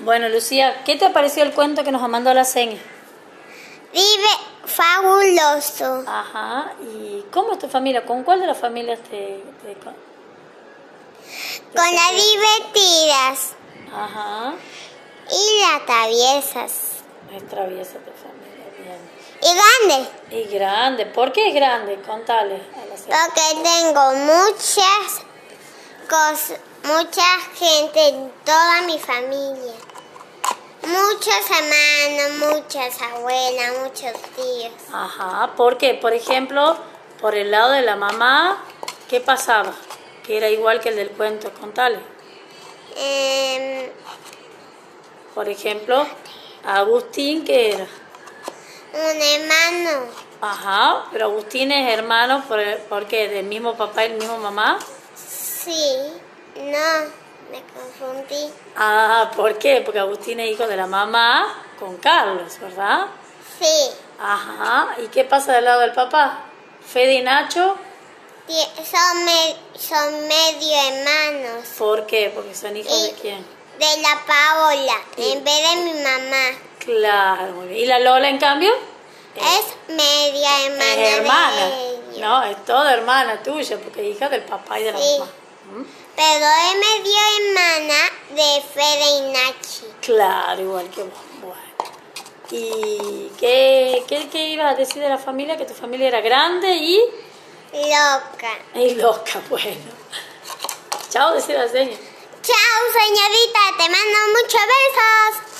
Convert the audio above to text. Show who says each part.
Speaker 1: Bueno, Lucía, ¿qué te pareció el cuento que nos mandó la seña?
Speaker 2: Vive fabuloso.
Speaker 1: Ajá, ¿y cómo es tu familia? ¿Con cuál de las familias te...? te- con-
Speaker 2: Con las divertidas
Speaker 1: Ajá,
Speaker 2: y las traviesas.
Speaker 1: es traviesa tu familia, bien.
Speaker 2: Y grande,
Speaker 1: Y grande, ¿por qué es grande? Contale a la seña.
Speaker 2: porque tengo muchas cosas, mucha gente en toda mi familia. Muchos hermanos, muchas abuelas, muchos tíos.
Speaker 1: Ajá, ¿por qué? Por ejemplo, por el lado de la mamá, ¿qué pasaba? Que era igual que el del cuento, contale.
Speaker 2: Em,
Speaker 1: Por ejemplo, Agustín, ¿qué era?
Speaker 2: un hermano,
Speaker 1: Ajá, pero Agustín es hermano, ¿por, por qué? ¿Del mismo papá y el mismo mamá?
Speaker 2: sí, no, me confundí.
Speaker 1: Ah, ¿por qué? Porque Agustín es hijo de la mamá con Carlos, ¿verdad?
Speaker 2: Sí,
Speaker 1: Ajá, ¿y qué pasa del lado del papá? Fede y Nacho,
Speaker 2: tie- son, me- son medio hermanos.
Speaker 1: ¿por qué? Porque son hijos de
Speaker 2: Y-
Speaker 1: quién.
Speaker 2: De la Paola, en vez de mi mamá.
Speaker 1: Claro, muy bien. ¿Y la Lola, en cambio?
Speaker 2: Es media hermana.
Speaker 1: es hermana.
Speaker 2: de ellos.
Speaker 1: No, es toda hermana tuya, porque es hija del papá y de la
Speaker 2: Sí.
Speaker 1: mamá. ¿Mm?
Speaker 2: Pero es media hermana de Fede y Nachi.
Speaker 1: Claro, igual que vos. Bueno. ¿Y qué, qué, qué ibas a decir de la familia? Que tu familia era grande y,
Speaker 2: Loca.
Speaker 1: y loca, bueno. Chao, decir la señora.
Speaker 2: Chao, señorita. Te mando muchos besos.